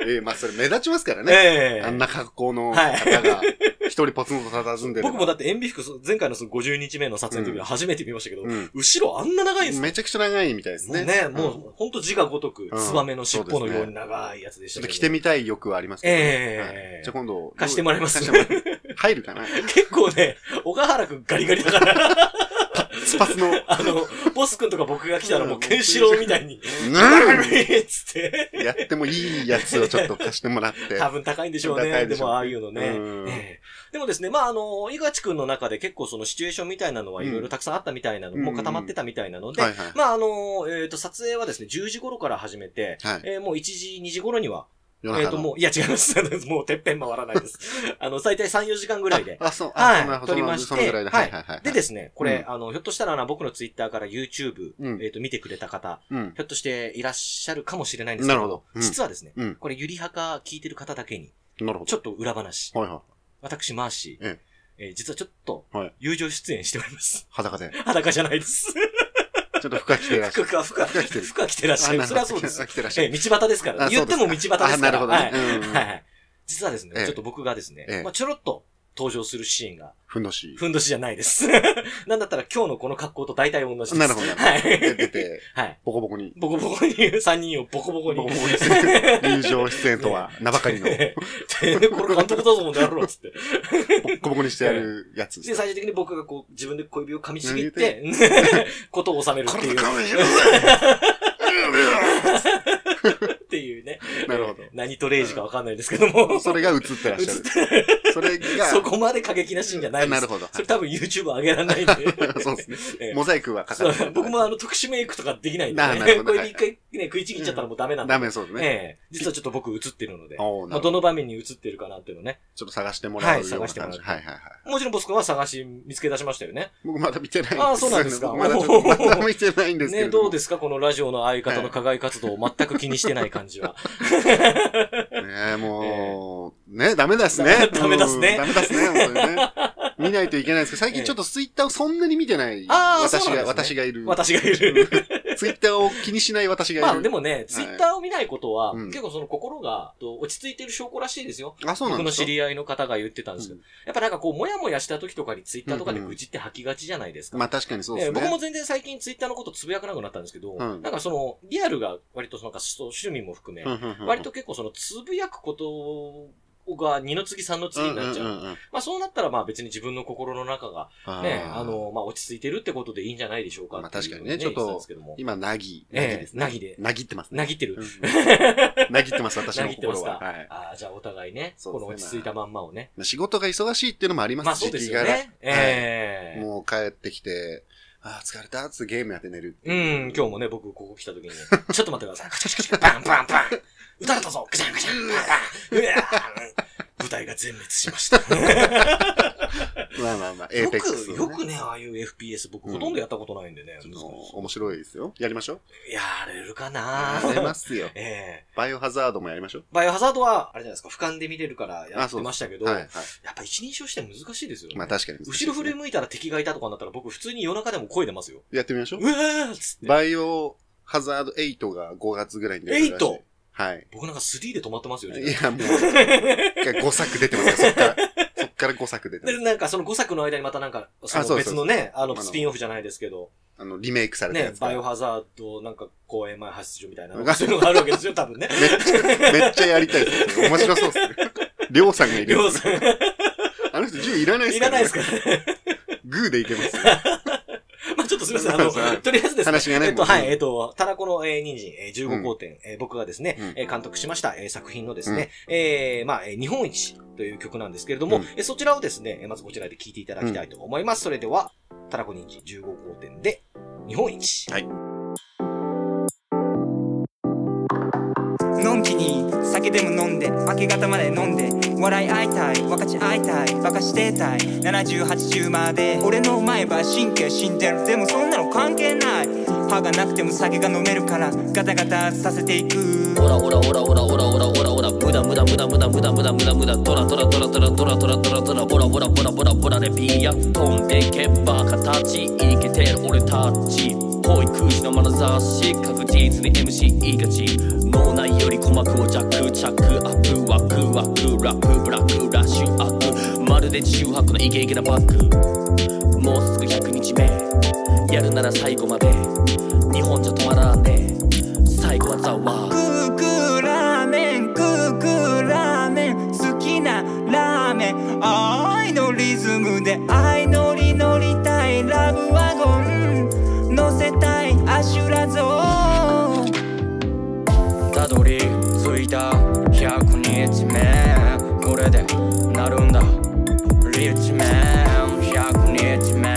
Speaker 2: ええ、まあそれ目立ちますからね。
Speaker 1: ええ
Speaker 2: あんな格好の
Speaker 1: はい
Speaker 2: 方が、一人ポツンと佇んでる。
Speaker 1: 僕もだって塩ビ服、前回のその50日目の撮影の時は初めて見ましたけど、
Speaker 2: うん。
Speaker 1: 後ろあんな長いんですね。
Speaker 2: めちゃくちゃ長いみたいです
Speaker 1: もう
Speaker 2: ね。
Speaker 1: ね、
Speaker 2: ん
Speaker 1: もうほんと字がごとく、
Speaker 2: うん
Speaker 1: ツバメの尻尾のよ
Speaker 2: そううです
Speaker 1: に
Speaker 2: ね
Speaker 1: 長いやつでし
Speaker 2: ち
Speaker 1: た
Speaker 2: ょっ
Speaker 1: け
Speaker 2: と
Speaker 1: ど。
Speaker 2: 着てみたい欲はありますけどね
Speaker 1: ええ
Speaker 2: はいじゃあ今度。
Speaker 1: 貸してもらえます
Speaker 2: 貸してもらえ入る かな
Speaker 1: 結構ね、小川原くんガリガリだ から、
Speaker 2: スパ スの。
Speaker 1: あの、ボスくんとか僕が来たらもうケンシロウみたい に、
Speaker 2: う
Speaker 1: つって、
Speaker 2: んやってもいいやつをちょっと貸してもらって。
Speaker 1: 多分高いんでしょう
Speaker 2: 高
Speaker 1: ね。
Speaker 2: い
Speaker 1: で
Speaker 2: でしょうね
Speaker 1: もああいうのね。
Speaker 2: うん
Speaker 1: ええでもですね、まあ、あの、井口くんの中で結構そのシチュエーションみたいなのはいろいろたくさんあったみたいなのも
Speaker 2: うん
Speaker 1: 固まってたみたいなので、
Speaker 2: はいはい。
Speaker 1: まあ、あの、えっ、と、撮影はですね、10時頃から始めて、
Speaker 2: はい。
Speaker 1: えーもう1時、2時頃には、えっ、
Speaker 2: 夜中
Speaker 1: と、
Speaker 2: の
Speaker 1: もう、いや違います。 もうてっぺん回らないです。あの、最大3、4時間ぐらいで。
Speaker 2: あ、そう。
Speaker 1: はい
Speaker 2: あなるほど
Speaker 1: 撮りまして
Speaker 2: そのぐらいで。
Speaker 1: は
Speaker 2: はいいはいはい。
Speaker 1: でですね、これ、
Speaker 2: う
Speaker 1: あの、ひょっとしたらな、僕のツイッターから YouTube、
Speaker 2: うん
Speaker 1: えっ、と、見てくれた方、
Speaker 2: うん。
Speaker 1: ひょっとしていらっしゃるかもしれないんですけど、
Speaker 2: なるほどうん
Speaker 1: 実はですね、
Speaker 2: うん
Speaker 1: これ、ゆりはか聞いてる方だけに、
Speaker 2: なるほ
Speaker 1: ちょっと裏話。
Speaker 2: ど。はいはい。
Speaker 1: 私、マーシー。
Speaker 2: え
Speaker 1: えー実はちょっと
Speaker 2: はい、
Speaker 1: 友情出演しております。
Speaker 2: 裸で。
Speaker 1: 裸じゃないです。
Speaker 2: ちょっと服は着てらっし
Speaker 1: 服
Speaker 2: ゃる。
Speaker 1: か、服か、
Speaker 2: 服は着てる
Speaker 1: 服は着てらっしゃ
Speaker 2: あ
Speaker 1: る。
Speaker 2: な
Speaker 1: そ
Speaker 2: る
Speaker 1: れ
Speaker 2: ほ
Speaker 1: はそ
Speaker 2: ど
Speaker 1: うです。
Speaker 2: あ着てらっしゃ
Speaker 1: え
Speaker 2: る。
Speaker 1: ー道端ですか
Speaker 2: あ
Speaker 1: ら。
Speaker 2: そう
Speaker 1: 言っても道端ですから。
Speaker 2: あ、なるほどね。
Speaker 1: は
Speaker 2: うんうん
Speaker 1: い。はい。実はですね、
Speaker 2: ええ
Speaker 1: ちょっと僕がですね、
Speaker 2: ええ
Speaker 1: まあちょろっと登場するシーンが、
Speaker 2: ふんどし。
Speaker 1: ふんどしじゃないです。 なんだったら今日のこの格好と大体同じです。
Speaker 2: なるほどなるほど
Speaker 1: は
Speaker 2: で出
Speaker 1: い。
Speaker 2: て、
Speaker 1: はい。
Speaker 2: ボコボコに。
Speaker 1: ボコボコに、3人をボコボコ
Speaker 2: ボ
Speaker 1: に
Speaker 2: コボコ。にする。友情出演 とは、名ばかりの、
Speaker 1: ええこれ監督だぞ、もんでやろう、つって。
Speaker 2: ボコボコにしてやる やつ。
Speaker 1: で、最終的に僕がこう、自分で小指を噛みちぎ って、 ことを収めるって
Speaker 2: こ
Speaker 1: い
Speaker 2: れ
Speaker 1: う、
Speaker 2: か
Speaker 1: っ
Speaker 2: も しれませ
Speaker 1: ていうね。
Speaker 2: んなるほど。
Speaker 1: 何とレイジかわかんないですけども。
Speaker 2: それが映ってらっしゃ
Speaker 1: 映っ
Speaker 2: る。それが、
Speaker 1: そこまで過激なシーンじゃないで
Speaker 2: なる
Speaker 1: す。
Speaker 2: ほど。
Speaker 1: それ多分 YouTube 上げられないんで。
Speaker 2: そうですね。
Speaker 1: ええ
Speaker 2: モザイクはかか
Speaker 1: そ
Speaker 2: る
Speaker 1: う。僕もあの特殊メイクとかできないんで、
Speaker 2: ななる
Speaker 1: ね。
Speaker 2: ほ
Speaker 1: こ
Speaker 2: ど
Speaker 1: れで一回ね、食いちぎっちゃったらもうダメなんで。
Speaker 2: ダメそうだね。
Speaker 1: ええ実はちょっと僕映ってるので、
Speaker 2: おー
Speaker 1: まあ、
Speaker 2: なるほど
Speaker 1: どの場面に映ってるかなっていうのね。
Speaker 2: ちょっと探してもらうよう
Speaker 1: は
Speaker 2: な感
Speaker 1: い探して
Speaker 2: じ。
Speaker 1: も
Speaker 2: は
Speaker 1: らう
Speaker 2: いはいはい。
Speaker 1: もちろんボス君は探し、見つけ出しましたよね。
Speaker 2: 僕まだ見てない
Speaker 1: あーそうなんですか
Speaker 2: 僕 まだちょっとまだ見てないんですけ
Speaker 1: ね、
Speaker 2: れど
Speaker 1: ど
Speaker 2: も。
Speaker 1: うですかこのラジオの相方の課外活動を全く気にしてない感じは。
Speaker 2: ねえ、もう、ね、ダメだっす
Speaker 1: ダ
Speaker 2: ね
Speaker 1: メ。 ダメだっすね
Speaker 2: うんダメだっすね、本当にね。見ないといけないんですけど、最近ちょっとツイッターをそんなに見てない。
Speaker 1: あー
Speaker 2: 私
Speaker 1: そうな
Speaker 2: が、
Speaker 1: んです
Speaker 2: 私がいる。
Speaker 1: 私がいる。
Speaker 2: ツイッターを気にし ない私
Speaker 1: ま
Speaker 2: がい
Speaker 1: あで
Speaker 2: る。
Speaker 1: もね、ツイッターを見ないことは、
Speaker 2: うん
Speaker 1: 結構その心がと落ち着いてる証拠らしいですよ。
Speaker 2: あ、そうな
Speaker 1: 僕
Speaker 2: ん
Speaker 1: の
Speaker 2: です
Speaker 1: 知
Speaker 2: か
Speaker 1: り合いの方が言ってたんですけど、やっぱなんかこう、もやもやした時とかにツイッターとかで愚痴って吐きがちじゃないですか。
Speaker 2: まあ確かにそうで
Speaker 1: え
Speaker 2: す
Speaker 1: ー僕も
Speaker 2: ね。
Speaker 1: 全然最近ツイッターのことつぶやかなくなったんですけど、
Speaker 2: うん
Speaker 1: なんかその、リアルが割とそのなんかそう趣味も含め、割
Speaker 2: 割
Speaker 1: と結構そのつぶやくことが二の次三の次になっちゃう。
Speaker 2: ゃ
Speaker 1: まあそうなったらまあ別に自分の心の中が
Speaker 2: う
Speaker 1: ね、あ、の、まあ落ち着いてるってことでいいんじゃないでしょうか
Speaker 2: まあ
Speaker 1: っていう
Speaker 2: 確かにねちょっと
Speaker 1: 言たんですけども
Speaker 2: 今、なぎ。なぎ
Speaker 1: え
Speaker 2: です
Speaker 1: え、
Speaker 2: ね。
Speaker 1: なぎで。
Speaker 2: なぎって ますね。
Speaker 1: なぎってる。
Speaker 2: うんなぎってます、私
Speaker 1: な
Speaker 2: の
Speaker 1: ぎってます
Speaker 2: 心
Speaker 1: か
Speaker 2: は。はい。
Speaker 1: ああ、じゃあお互いね、
Speaker 2: そう
Speaker 1: こ
Speaker 2: で
Speaker 1: の
Speaker 2: すね
Speaker 1: 落ち着いたまんまをね。
Speaker 2: まあ仕事が忙しいっていうのもあり
Speaker 1: ま
Speaker 2: ま
Speaker 1: あ
Speaker 2: す
Speaker 1: そう
Speaker 2: し、
Speaker 1: で
Speaker 2: 時
Speaker 1: す
Speaker 2: 期
Speaker 1: よ
Speaker 2: 柄。
Speaker 1: ね。ええ
Speaker 2: もう帰ってきて、ああ、疲れたっつってゲームやって寝る。
Speaker 1: うん、今日もね、僕、ここ来た時に、ちょっと待ってください。カチャカチャバンバンバン撃たれたぞカチャンカチャンバンバンうわー舞台が全滅しました。
Speaker 2: まあまあまあ、エ
Speaker 1: よ
Speaker 2: ーペックス。
Speaker 1: く、よくね、ああいう FPS、僕ほとんどやったことないんでね。
Speaker 2: あの面白いですよ。やりましょう。
Speaker 1: やれるかな
Speaker 2: やれま すよ。
Speaker 1: ええ
Speaker 2: バイオハザードもやりましょう。
Speaker 1: バイオハザードは、あれじゃないですか、俯瞰で見れるからや
Speaker 2: あ
Speaker 1: っ
Speaker 2: そう
Speaker 1: て
Speaker 2: です
Speaker 1: ましたけど、
Speaker 2: はいはい。
Speaker 1: やっぱ一人称視点難しいですよね。
Speaker 2: まあ確かに難し
Speaker 1: 後
Speaker 2: いで
Speaker 1: ろ
Speaker 2: す
Speaker 1: 振
Speaker 2: ね、
Speaker 1: り向いたら敵がいたとかになったら僕普通に夜中でも声出ますよ。
Speaker 2: やってみましょう
Speaker 1: う。わーっつって。
Speaker 2: バイオハザード8が5月ぐらいに出るらしい。
Speaker 1: 8?
Speaker 2: はい。
Speaker 1: 僕なんか3で止まってますよ、
Speaker 2: い
Speaker 1: 自
Speaker 2: や、も う、
Speaker 1: 分
Speaker 2: 5作出てますよ、そっから。そっから5作出てま
Speaker 1: で、
Speaker 2: す。
Speaker 1: なんかその5作の間にまたなんか、そ
Speaker 2: あそ
Speaker 1: の
Speaker 2: うそ
Speaker 1: 別
Speaker 2: う
Speaker 1: のね、あの、
Speaker 2: あの
Speaker 1: スピンオフじゃないですけど、
Speaker 2: あの、リメイクされたや
Speaker 1: ね、
Speaker 2: つが
Speaker 1: バイオハザードなんか公演前発出所みたい な、そういうのがあるわけですよ、多分ね。
Speaker 2: めっちゃ、めっちゃやりたいです。面白そうっす ね。りょうさんがいる
Speaker 1: り。ょうさん、
Speaker 2: あの人銃いらないっす
Speaker 1: いらないです
Speaker 2: か
Speaker 1: から
Speaker 2: グーでいけますよ。
Speaker 1: まあちょっとすみません、あの、とりあえずですね。
Speaker 2: 話がね
Speaker 1: えっと、
Speaker 2: もう
Speaker 1: はい、えっと、タラコの、えー、人参、えー、15号店、えー僕がですね、
Speaker 2: うん
Speaker 1: えー監督しました、えー作品のですね、えーまあ、えー日本一という曲なんですけれども、
Speaker 2: うん
Speaker 1: えーそちらをですね、えーまずこちらで聴いていただきたいと思います。それでは、タラコ人参15号店で、日本一。
Speaker 3: のんきに酒でも飲んで明け方まで飲んで笑い合いたい分かち合いたいバカしてたい7080まで俺の前歯神経死んでるでもそんなの関係ない歯がなくても酒が飲めるからガタガタさせていく
Speaker 4: オラオラオラオラオラオラオラオラ無駄無駄無駄無駄無駄無駄無駄無駄トラトラトラトラトラトラトラトラボラボラボラボラボラでビア飛んでけば形いけてる俺たち保育士の眼差し確実に MC いがち脳内より鼓膜を弱弱アップワクワクラップラックラッシュアップまるで中白のイケイケなバッグもうすぐ100日目やるなら最後まで日本じゃ止まらねえ最後はザワー
Speaker 3: クークーラーメンクークーラーメン好きなラーメン愛のリズムで愛のり乗りたいラブワゴン乗せたいアシュラゾーン
Speaker 4: たどり着いた100日目これでなるんだリッチメン100日目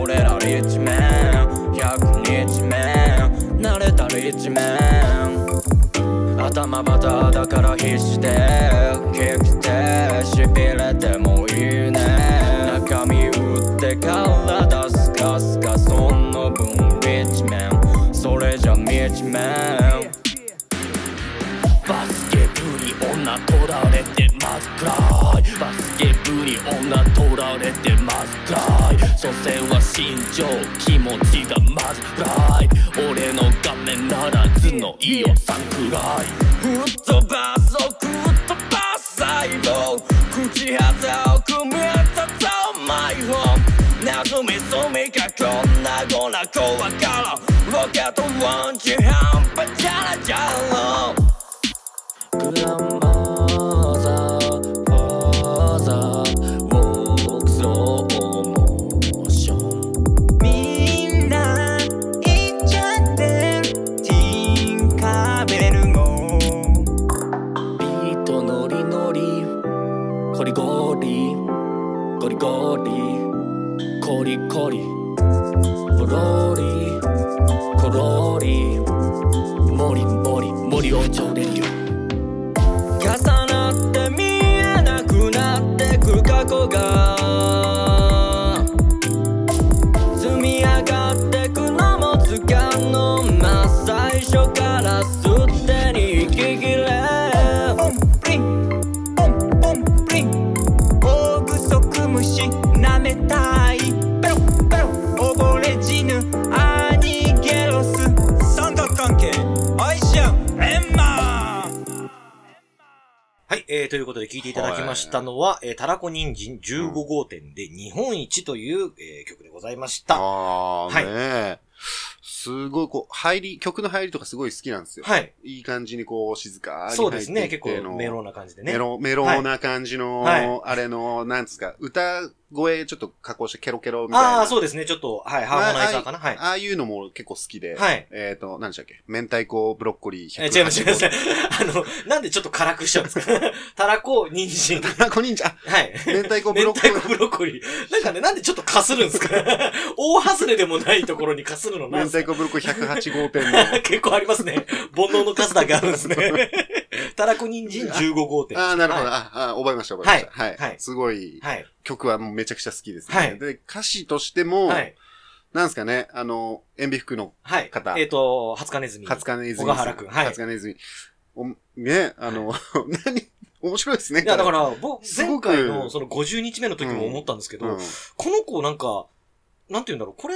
Speaker 4: 俺らリッチメン100日目慣れたリッチメン頭バターだから必死で聞きてしびれてもいいね中身打って体スカスカその分リッチメンそれじゃミッチメンバスケ部に女取られてますかいバスケ部に女取られてますかい所詮は身長気持ちがまず暗い俺の画面ならずのいよさくらい吹っ飛ばそう吹っ飛ば最後口肌を組み立てたマイホーム謎みそみがこんなごな怖からロケットワンチ半端じゃらじゃろグランマーザーファーザーウォークスローモーション
Speaker 3: みんな行っちゃってるティンカーベルも
Speaker 4: ビートノリノリゴリゴリゴリゴリコリコリポロリコロリモリモリ森を超電流重なって見えなくなってく過去が積み上がってくのもつかの間最初からすでに息切れ
Speaker 3: ポンプリンポンポンプリン大不足虫舐めたいペロペロ溺れ死ぬアニゲロス三角関係愛し合うエンマ
Speaker 1: はい、えー、ということで聞いていただきましたのは、えー、たらこ人参15号店で日本一という、えー曲でございました。
Speaker 2: あ
Speaker 1: は
Speaker 2: あ、
Speaker 1: い
Speaker 2: ねえ。すごい、こう、入り、曲の入りとかすごい好きなんですよ。
Speaker 1: はい。
Speaker 2: いい感じにこう、静かに
Speaker 1: そう
Speaker 2: 入
Speaker 1: で
Speaker 2: って
Speaker 1: す
Speaker 2: いって
Speaker 1: ね。結構メローな感じでね。
Speaker 2: メロ、メロな感じの、
Speaker 1: はいは
Speaker 2: あれの、なんですか、歌声ちょっと加工してケロケロみたいな。
Speaker 1: ああ、そうですね。ちょっと、はい、ハーモナイザーかな。はい。
Speaker 2: ああいうのも結構好きで。
Speaker 1: はい
Speaker 2: えっ、と、何でしたっけ明太子ブロッコリー
Speaker 1: え違います、違いま
Speaker 2: 108
Speaker 1: す。あの、なんでちょっと辛くしちゃうんです かたらこ、人参。
Speaker 2: 個。 あ、こんにちは。
Speaker 1: はい。
Speaker 2: 明太子ブ
Speaker 1: 明
Speaker 2: ロッコ
Speaker 1: 太
Speaker 2: リ
Speaker 1: 子
Speaker 2: ー。
Speaker 1: ブロッコリー。なんかね、なんでちょっとかするん ですか大外れでもないところにかするのな
Speaker 2: 明
Speaker 1: んす
Speaker 2: 太
Speaker 1: か
Speaker 2: 子ブロッコリー108号店の。
Speaker 1: 結構ありますね。煩悩の数だけあるんです ね。たらこ人参15号店。
Speaker 2: ああ、なるほど。
Speaker 1: はい。
Speaker 2: ああ、覚えました、覚えました。はい。
Speaker 1: はい
Speaker 2: すごい、
Speaker 1: はい。
Speaker 2: 曲はもうめちゃくちゃ好きですね。
Speaker 1: はい
Speaker 2: で、歌詞としても、
Speaker 1: はい。
Speaker 2: なんですかね、あの、塩ビ服の
Speaker 1: はい。
Speaker 2: 方
Speaker 1: えっ、と、初金ネズミ。
Speaker 2: カツカネズミさん。
Speaker 1: 小川原くんはい
Speaker 2: カツカネズミ。おね、あの、 何面白いですね。
Speaker 1: いや、だか
Speaker 2: こ
Speaker 1: ら、僕、
Speaker 2: す
Speaker 1: 前
Speaker 2: ごく
Speaker 1: 回のその50日目の時も思ったんですけど、
Speaker 2: れ、
Speaker 1: この子なんか、なんて言うんだろう、これ、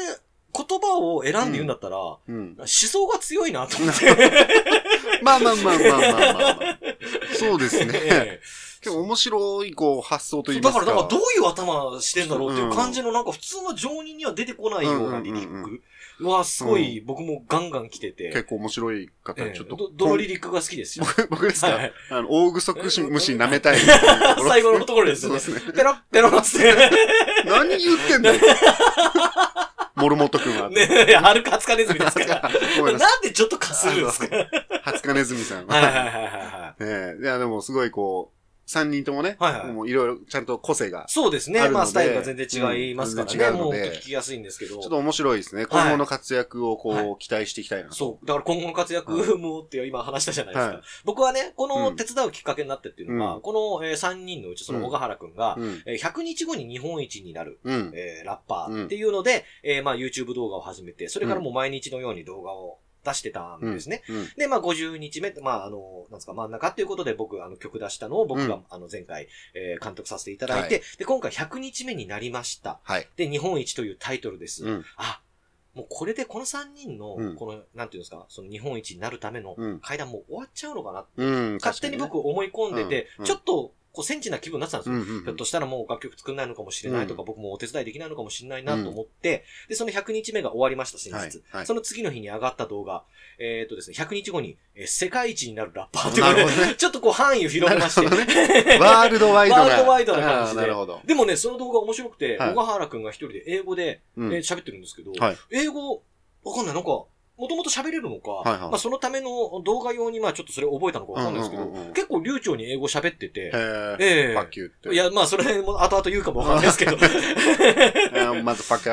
Speaker 1: 言葉を選んで言うんだったら、
Speaker 2: うん。うん。
Speaker 1: 思想が強いなと 思って。
Speaker 2: まあまあまあまあまあまあ、まあ。そうです ね。
Speaker 1: ええ
Speaker 2: 結構面白い、こう、発想といいま
Speaker 1: だ
Speaker 2: す
Speaker 1: か
Speaker 2: か。
Speaker 1: ら、だからどういう頭してんだろうっていう感じの、なんか普通の常人には出てこないようなリリ
Speaker 2: うんうんう
Speaker 1: ックは、すごい僕もガンガン来てて、
Speaker 2: 結構面白い方、
Speaker 1: ええ
Speaker 2: ちょっと。
Speaker 1: どどのリリックが好きですよ。
Speaker 2: 僕僕ですか、
Speaker 1: はい
Speaker 2: あの、大草くし虫舐めたいっていうとこ ろ。
Speaker 1: 最後のところです
Speaker 2: そう
Speaker 1: よ
Speaker 2: で
Speaker 1: ね。
Speaker 2: すね。
Speaker 1: ペロッペロッつって。
Speaker 2: 何言ってんだよ。モルモット君は。
Speaker 1: ねえ、歩く初金ネズミですから。
Speaker 2: ごめんなさい。
Speaker 1: なんでちょっとかするんですか
Speaker 2: ハツカネズミさん。
Speaker 1: はいはいはい
Speaker 2: ね
Speaker 1: はいはい。
Speaker 2: えいや、でもすごいこう、三人ともね、
Speaker 1: はいはい
Speaker 2: もういろいろちゃんと個性が、ち
Speaker 1: そうです
Speaker 2: あ
Speaker 1: ね。
Speaker 2: るので
Speaker 1: まあ、スタイルが全然違いますからね。
Speaker 2: うん全然違う
Speaker 1: もう
Speaker 2: の
Speaker 1: 本
Speaker 2: で
Speaker 1: 当聞きやすいんですけど。
Speaker 2: ょっと面白いですね。今後の活躍をこう、
Speaker 1: は
Speaker 2: 期待していきたいな。
Speaker 1: そう。だから今後の活躍もって今話したじゃないですか。
Speaker 2: はい
Speaker 1: 僕はね、こ
Speaker 2: う
Speaker 1: の
Speaker 2: ん
Speaker 1: 手伝うきっかけになってっていうのが、
Speaker 2: うん
Speaker 1: この、え3人のうちその小川原くんが、
Speaker 2: うん。
Speaker 1: えー100日後に日本一になる、
Speaker 2: うん。
Speaker 1: えーラッパーっていうので、えーまあ YouTube 動画を始めて、それからもう毎日のように動画を出してたんですね。
Speaker 2: うん。
Speaker 1: で、まあ50日目、まああの、なんですか、真ん中っていうことで僕、あの曲出したのを僕が、
Speaker 2: うん
Speaker 1: あの前回、えー監督させていただいて、で、今回100日目になりました。
Speaker 2: はい。
Speaker 1: で、日本一というタイトルです。
Speaker 2: うん。
Speaker 1: あ、もうこれでこの3人の
Speaker 2: うん、
Speaker 1: この、なんていうんですか、その日本一になるための
Speaker 2: うん。
Speaker 1: 会談もう終わっちゃうのかな。
Speaker 2: うん。
Speaker 1: 勝手に僕
Speaker 2: は、
Speaker 1: 思い込んでて
Speaker 2: うんう、ん
Speaker 1: ちょっと、こう、センチな気分になってたんです
Speaker 2: う
Speaker 1: よ。
Speaker 2: んうん。
Speaker 1: ひょっとしたらもう楽曲作んないのかもしれないとか、
Speaker 2: う
Speaker 1: 僕もお手伝いできないのかもしれないなと思って、で、その100日目が終わりました、真
Speaker 2: はい
Speaker 1: 実。。
Speaker 2: はい
Speaker 1: その次の日に上がった動画、えっとですね、100日後に、えー世界一になるラッパーという
Speaker 2: なる
Speaker 1: こ
Speaker 2: ほ
Speaker 1: と
Speaker 2: どね
Speaker 1: で、 ちょっとこう範囲を広げまして、
Speaker 2: なるほど ね。ワールドワイドな。
Speaker 1: ワールドワイドな感じで
Speaker 2: あーなるほど。
Speaker 1: でもね、その動画面白くて、
Speaker 2: はい
Speaker 1: 小川原くんが一人で英語で、
Speaker 2: う
Speaker 1: えー
Speaker 2: ん。
Speaker 1: 喋ってるんですけど、
Speaker 2: はい
Speaker 1: 英語、わかんない、なんか、もともと喋れるのか、
Speaker 2: はいはい
Speaker 1: まあ、そのための動画用に、まあ、ちょっとそれ覚えたのかわかんないですけど、
Speaker 2: うんうんうんうん
Speaker 1: 結構流暢に英語喋ってて、
Speaker 2: へえ。
Speaker 1: え
Speaker 2: パッキューっ
Speaker 1: え
Speaker 2: て。
Speaker 1: いや、まあ、それも後々言うかもわかんないですけ ど、
Speaker 2: あー、まずパッカ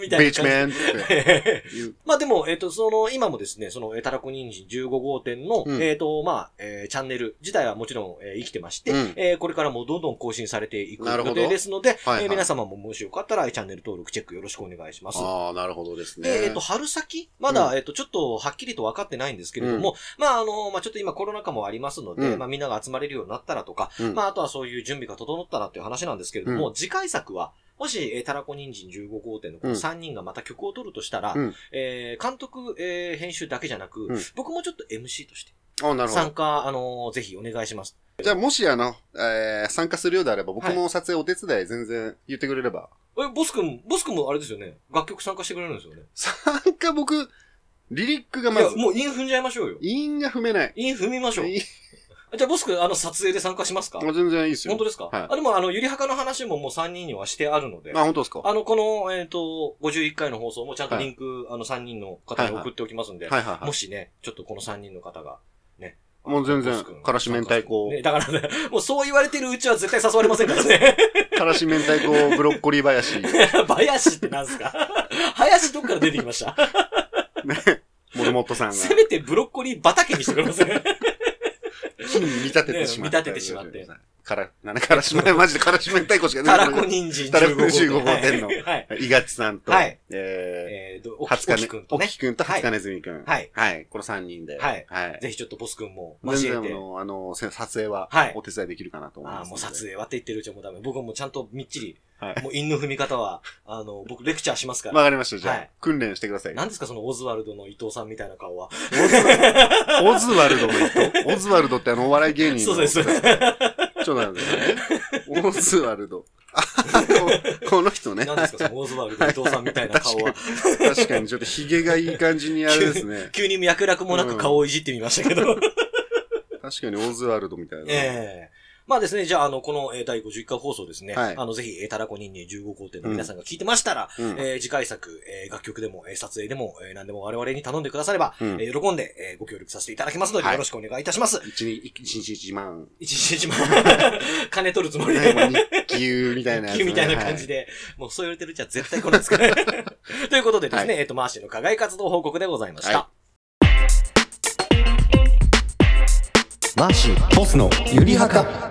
Speaker 1: みたいな感じ。
Speaker 2: ビーチメンって言う。
Speaker 1: まあでも、えっ、と、その、今もですね、その、えーたらこ人参15号店の、
Speaker 2: うん
Speaker 1: えっ、と、まあ、えーチャンネル自体はもちろん、えー生きてまして、
Speaker 2: うん
Speaker 1: えーこれからもどんどん更新されていく
Speaker 2: なるほ
Speaker 1: 予
Speaker 2: ど
Speaker 1: 定ですので、
Speaker 2: はいはい
Speaker 1: えー皆様ももしよかったら、チャンネル登録チェックよろしくお願いします。
Speaker 2: ああ、なるほどですね。
Speaker 1: で、えっと、春先まだ、えっと、ちょっと、はっきりと分かってないんですけれども、まあ、あの、まあ、ちょっと今コロナ禍もありますので、
Speaker 2: うん
Speaker 1: まあ、みんなが集まれるようになったらとか、
Speaker 2: うん
Speaker 1: まあ、あとはそういう準備が整ったらっていう話なんですけれども、次回作は、もし、えーたらこ人参15号店のこの
Speaker 2: うん
Speaker 1: 3人がまた曲を取るとしたら、
Speaker 2: うん
Speaker 1: えー監督、えー編集だけじゃなく、
Speaker 2: うん
Speaker 1: 僕もちょっと MC として、
Speaker 2: あなるほど
Speaker 1: 参。加、あのーぜひお願いします。
Speaker 2: じゃあ、もし、あの、えー参加するようであれば、僕
Speaker 1: は
Speaker 2: も撮影お手伝い全然言ってくれれば。
Speaker 1: え、ボス君、ボス君もあれですよね、楽曲参加してくれるんですよね。
Speaker 2: 参加、僕、リリックが
Speaker 1: い
Speaker 2: ま
Speaker 1: や、
Speaker 2: ず、
Speaker 1: もう韻踏んじゃいましょうよ。
Speaker 2: 韻が踏めない。
Speaker 1: 韻踏みましょう。
Speaker 2: 韻
Speaker 1: じゃあ、ボス君、あの、撮影で参加しますか
Speaker 2: もう全然いいですよ。
Speaker 1: 本当ですか、
Speaker 2: はい
Speaker 1: あ、でも、あの、ゆりはかの話ももう3人にはしてあるので、
Speaker 2: あ、
Speaker 1: あ
Speaker 2: 本当ですかはい
Speaker 1: の、この、えっ、と、51回の放送もちゃんと
Speaker 2: はい
Speaker 1: リンク、あの、3人の方に送っておきますんで、
Speaker 2: はいはい。
Speaker 1: もしね、ちょっとこの3人の方が、ね、
Speaker 2: もう全
Speaker 1: ボ
Speaker 2: 然
Speaker 1: ス君、
Speaker 2: からし明太子、
Speaker 1: ね、だから、ね、もうそう言われてるうちは絶対誘われませんからね。
Speaker 2: からし明太子ブロッコリー林、ね、
Speaker 1: 林ってなんですか 林どっから出てきました
Speaker 2: モルモットさ んが
Speaker 1: せめてブロッコリー畑にしてくだ さい。
Speaker 2: 木に見立ててしまって。
Speaker 1: ね見立ててしまって。
Speaker 2: から、なんだからしめ、マジでからし明太子しか出
Speaker 1: た
Speaker 2: て
Speaker 1: ら
Speaker 2: こな
Speaker 1: こ
Speaker 2: い。
Speaker 1: 人参
Speaker 2: たらこ
Speaker 1: 15
Speaker 2: 15
Speaker 1: 号
Speaker 2: 号
Speaker 1: 店
Speaker 2: 店
Speaker 1: の。
Speaker 2: の
Speaker 1: はい。
Speaker 2: いがちさんと、
Speaker 1: はい
Speaker 2: え
Speaker 1: えー、ど
Speaker 2: ー、
Speaker 1: お
Speaker 2: は
Speaker 1: き
Speaker 2: つか
Speaker 1: お
Speaker 2: ね
Speaker 1: きくん、と
Speaker 2: お
Speaker 1: ね
Speaker 2: き。くんとはつかねずみくん。
Speaker 1: はい。
Speaker 2: はい。この3人で。
Speaker 1: はい
Speaker 2: はい。
Speaker 1: ぜひちょっとボス君も
Speaker 2: 全
Speaker 1: 交え
Speaker 2: 然、あ
Speaker 1: て。
Speaker 2: の、あの、せ撮影は
Speaker 1: はい、
Speaker 2: お手伝いできるかなと思い
Speaker 1: あ
Speaker 2: ま
Speaker 1: あ、
Speaker 2: す。
Speaker 1: もう撮。影はって言ってるうちはもうダメ。僕はもうちゃんとみっちり、
Speaker 2: はい
Speaker 1: もう韻の踏み方は、あの、僕レクチャーしますから。
Speaker 2: わかりました。じゃ
Speaker 1: は
Speaker 2: あ
Speaker 1: い、
Speaker 2: 訓練してください。
Speaker 1: なんですかそのオズワルドの伊藤さんみたいな顔は。
Speaker 2: オズワルドの 人。オズワルドってあの、お笑い芸人
Speaker 1: そ
Speaker 2: の。
Speaker 1: うです。
Speaker 2: ちょっとなんだよね。オズワルド。あここの人 ね。
Speaker 1: なんですかそのオズワルド伊藤さんみたいな顔は。
Speaker 2: 確かに、ちょっとヒゲがいい感じにあれですね。
Speaker 1: 急に脈絡もなく顔をいじってみましたけど。
Speaker 2: 確かにオズワルドみたいな。
Speaker 1: ええまあですね、じゃあ、あの、この、えー第51回放送ですね。
Speaker 2: はい
Speaker 1: あの、ぜひ、えーたらこにんにん15工程の皆さんが聞いてましたら、
Speaker 2: うん
Speaker 1: えー次回作、えー楽曲でも、えー撮影でも、えー何でも我々に頼んでくだされば、
Speaker 2: うん
Speaker 1: えー喜んで、えーご協力させていただきますので、
Speaker 2: はい
Speaker 1: よろしくお願いいたします。
Speaker 2: 一日、一日一万。
Speaker 1: 一日一万、 金取るつもり
Speaker 2: ね、もう
Speaker 1: で。
Speaker 2: 日給みたいなやつ、
Speaker 1: 急みたいな感じで、もうそう言われてるうちは絶対来ないですから。 ということでですね、えっ、と、マーシーの課外活動報告でございました。
Speaker 2: は
Speaker 5: マーシーボスのゆりはか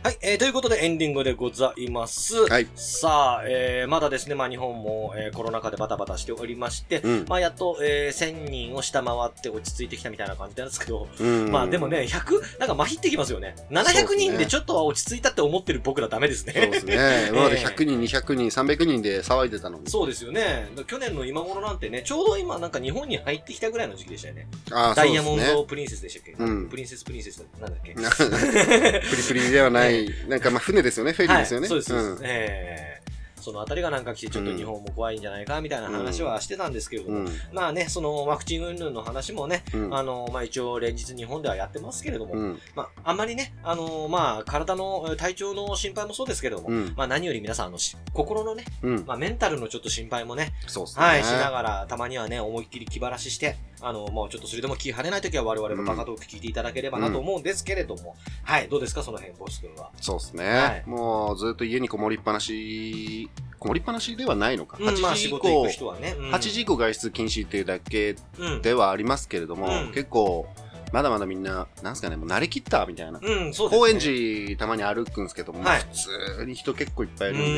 Speaker 1: はい、えーということでエンディングでございます。
Speaker 2: はい
Speaker 1: さあ、えーまだですね、まあ日本も、えーコロナ禍でバタバタしておりまして、
Speaker 2: うん
Speaker 1: まあやっと、えー1000人を下回って落ち着いてきたみたいな感じなんですけど、
Speaker 2: はい。うん
Speaker 1: まあでも。ね、100、なんかまひってきますよね。
Speaker 2: そ
Speaker 1: 700
Speaker 2: うです
Speaker 1: 人
Speaker 2: ね
Speaker 1: でちょっとは落ち着いたって思ってる僕らダメですね。
Speaker 2: そうですね。 今まで100人、200人、300人で騒いでたのに。
Speaker 1: そうですよね。去年の今頃なんてね、ちょうど今なんか日本に入ってきたぐらいの時期でしたよね。
Speaker 2: ああ、そ
Speaker 1: ダ
Speaker 2: う
Speaker 1: イ
Speaker 2: で
Speaker 1: ヤ
Speaker 2: す
Speaker 1: モン
Speaker 2: ね。
Speaker 1: ドプリンセスでしたっけ、
Speaker 2: うん
Speaker 1: プリンセスプリンセスなんだ っけ
Speaker 2: プリプリではない、なんかまあ船ですよね、フェリーですよね。
Speaker 1: はい、そうです、そうです
Speaker 2: ね。
Speaker 1: ええそのあたりがなんか来て、ちょっと日本も怖いんじゃないかみたいな話はしてたんですけれども、
Speaker 2: うん。
Speaker 1: まあね、そのワクチン云々の話もね、
Speaker 2: うん
Speaker 1: あのまあ、一応、連日日本ではやってますけれども、
Speaker 2: うん。
Speaker 1: まあ、あんまりね、あのまあ、体のえー体調の心配もそうですけれども、
Speaker 2: うん
Speaker 1: まあ、何より皆さんあのし、心のね、
Speaker 2: うん。
Speaker 1: まあ、メンタルのちょっと心配もね、
Speaker 2: そうですね。
Speaker 1: はい、しながら、たまにはね、思いっきり気晴らしして、あの、もうちょっとそれでも気晴れないときは、我々もバカトーク聞いていただければなと思うんですけれども、はい、どうですか、その辺、ボス君は。
Speaker 2: そうですね、
Speaker 1: はい
Speaker 2: もうずっと家にこもりっぱなし、こもりっぱなしではないのか。
Speaker 1: うんま
Speaker 2: 8
Speaker 1: あ、
Speaker 2: 時
Speaker 1: 仕
Speaker 2: 以
Speaker 1: 事行
Speaker 2: 降、
Speaker 1: く人はね。うん
Speaker 2: 8時以降外出禁止っていうだけ
Speaker 1: うん
Speaker 2: ではありますけれども、
Speaker 1: うん
Speaker 2: 結構、まだまだみんな、なんすかね、もう慣れきったみたいな。
Speaker 1: うん、そうです、ね。
Speaker 2: 高円寺たまに歩くんですけども、
Speaker 1: はい
Speaker 2: 普通に人結構いっぱいいるん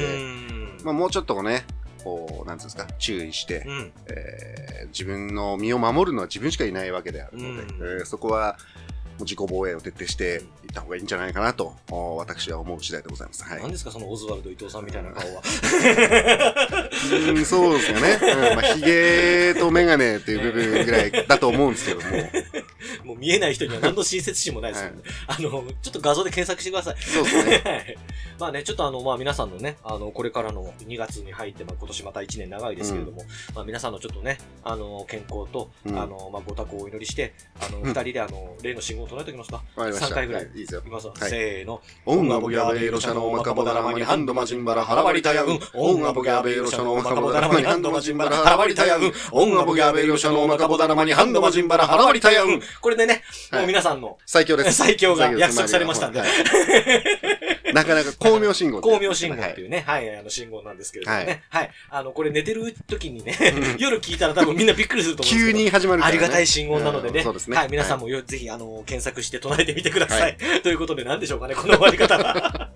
Speaker 1: うん。
Speaker 2: で、まあ、もうちょっとね、こう、なんていうんですか、注意して、
Speaker 1: うん。
Speaker 2: えー自分の身を守るのは自分しかいないわけであるので、
Speaker 1: うん
Speaker 2: えーそこはもう自己防衛を徹底していった方がいいんじゃないかなと、お私は思う次第でございます。はい
Speaker 1: 何。ですか、そのオズワルド伊藤さんみたいな顔 は。
Speaker 2: うん、そうですよね。うん、まあ、ヒゲとメガネっていう部分ぐらいだと思うんですけども。
Speaker 1: もう見えない人には何の親切心もないですもんね。あの、ちょっと画像で検索してください。
Speaker 2: そうですね。
Speaker 1: はいまあね、ちょっとあの、まあ皆さんのね、あの、これからの2月に入って、まあ今年また1年長いですけれども、まあ皆さんのちょっとね、あの、健康と、
Speaker 2: うん
Speaker 1: あの、まあご多幸をお祈りして、あの、2人であの、例の信号を唱えておきますか。
Speaker 2: わかりました。
Speaker 1: 3回ぐらい
Speaker 2: は。いいいですよ
Speaker 1: い。きますよ、
Speaker 2: はい
Speaker 1: せーの。
Speaker 2: オンアボギャーベイロシャのマカボダラマにハンドマジンバラハラバリタヤ軍。オンアボギャーベイロシャのマカボダラマにハンドマジンバラハラバリタヤ軍。オンアボギャーベイロシャのマカボダラマにハンドマジンバラハラバリタヤ軍。
Speaker 1: これでね、
Speaker 2: はい
Speaker 1: もう皆さんの
Speaker 2: 最強で す。
Speaker 1: 最強が
Speaker 2: です
Speaker 1: 約束されましたんで
Speaker 2: はいなかなか巧妙信号ってや
Speaker 1: 光
Speaker 2: つで
Speaker 1: 明信
Speaker 2: すね
Speaker 1: 号っていうね、はい、あの信号なんですけれどもね、はい、あの、これ寝てる時にね、
Speaker 2: うん
Speaker 1: 夜聞いたら多分みんなびっくりすると思うんですけ
Speaker 2: 急
Speaker 1: ど。
Speaker 2: に始まるか
Speaker 1: あ
Speaker 2: ら、
Speaker 1: り
Speaker 2: ね。
Speaker 1: がたい信号なので
Speaker 2: う
Speaker 1: ね。
Speaker 2: んそうですね。
Speaker 1: はい、皆さん
Speaker 2: も。
Speaker 1: もよぜひ、あの、検索して唱えてみてください。
Speaker 2: は
Speaker 1: ということで、なんでしょうかね、この終わり方は。は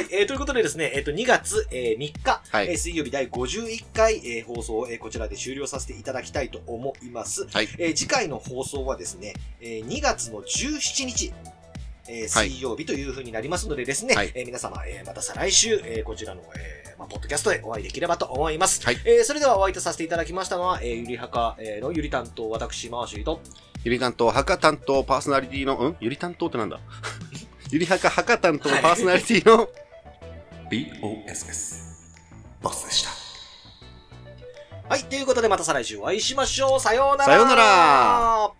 Speaker 1: い、えーということでですね、えっ、と、2月、えー3日、
Speaker 2: はい
Speaker 1: えー水曜日第51回、えー放送を、えーこちらで終了させていただきたいと思います。
Speaker 2: はい
Speaker 1: えー次回の放送はですね、えー2月の17日、えー
Speaker 2: はい
Speaker 1: 水曜日というふうになりますのでですね、
Speaker 2: はい
Speaker 1: えー皆様、えーまた再来週、えーこちらの、えーまあ、ポッドキャストでお会いできればと思います。
Speaker 2: はい
Speaker 1: えーそれではお会いとさせていただきましたのは、えーゆりはか、えーのゆり担当、私、マーシーと、
Speaker 2: ゆり担当、墓担当、パーソナリティの、うんゆり担当ってなんだ ゆり墓、墓担当、パーソナリティの BOSS。ボスでした。
Speaker 1: はい、ということでまた再来週お会いしましょう。さようなら。
Speaker 2: さようなら。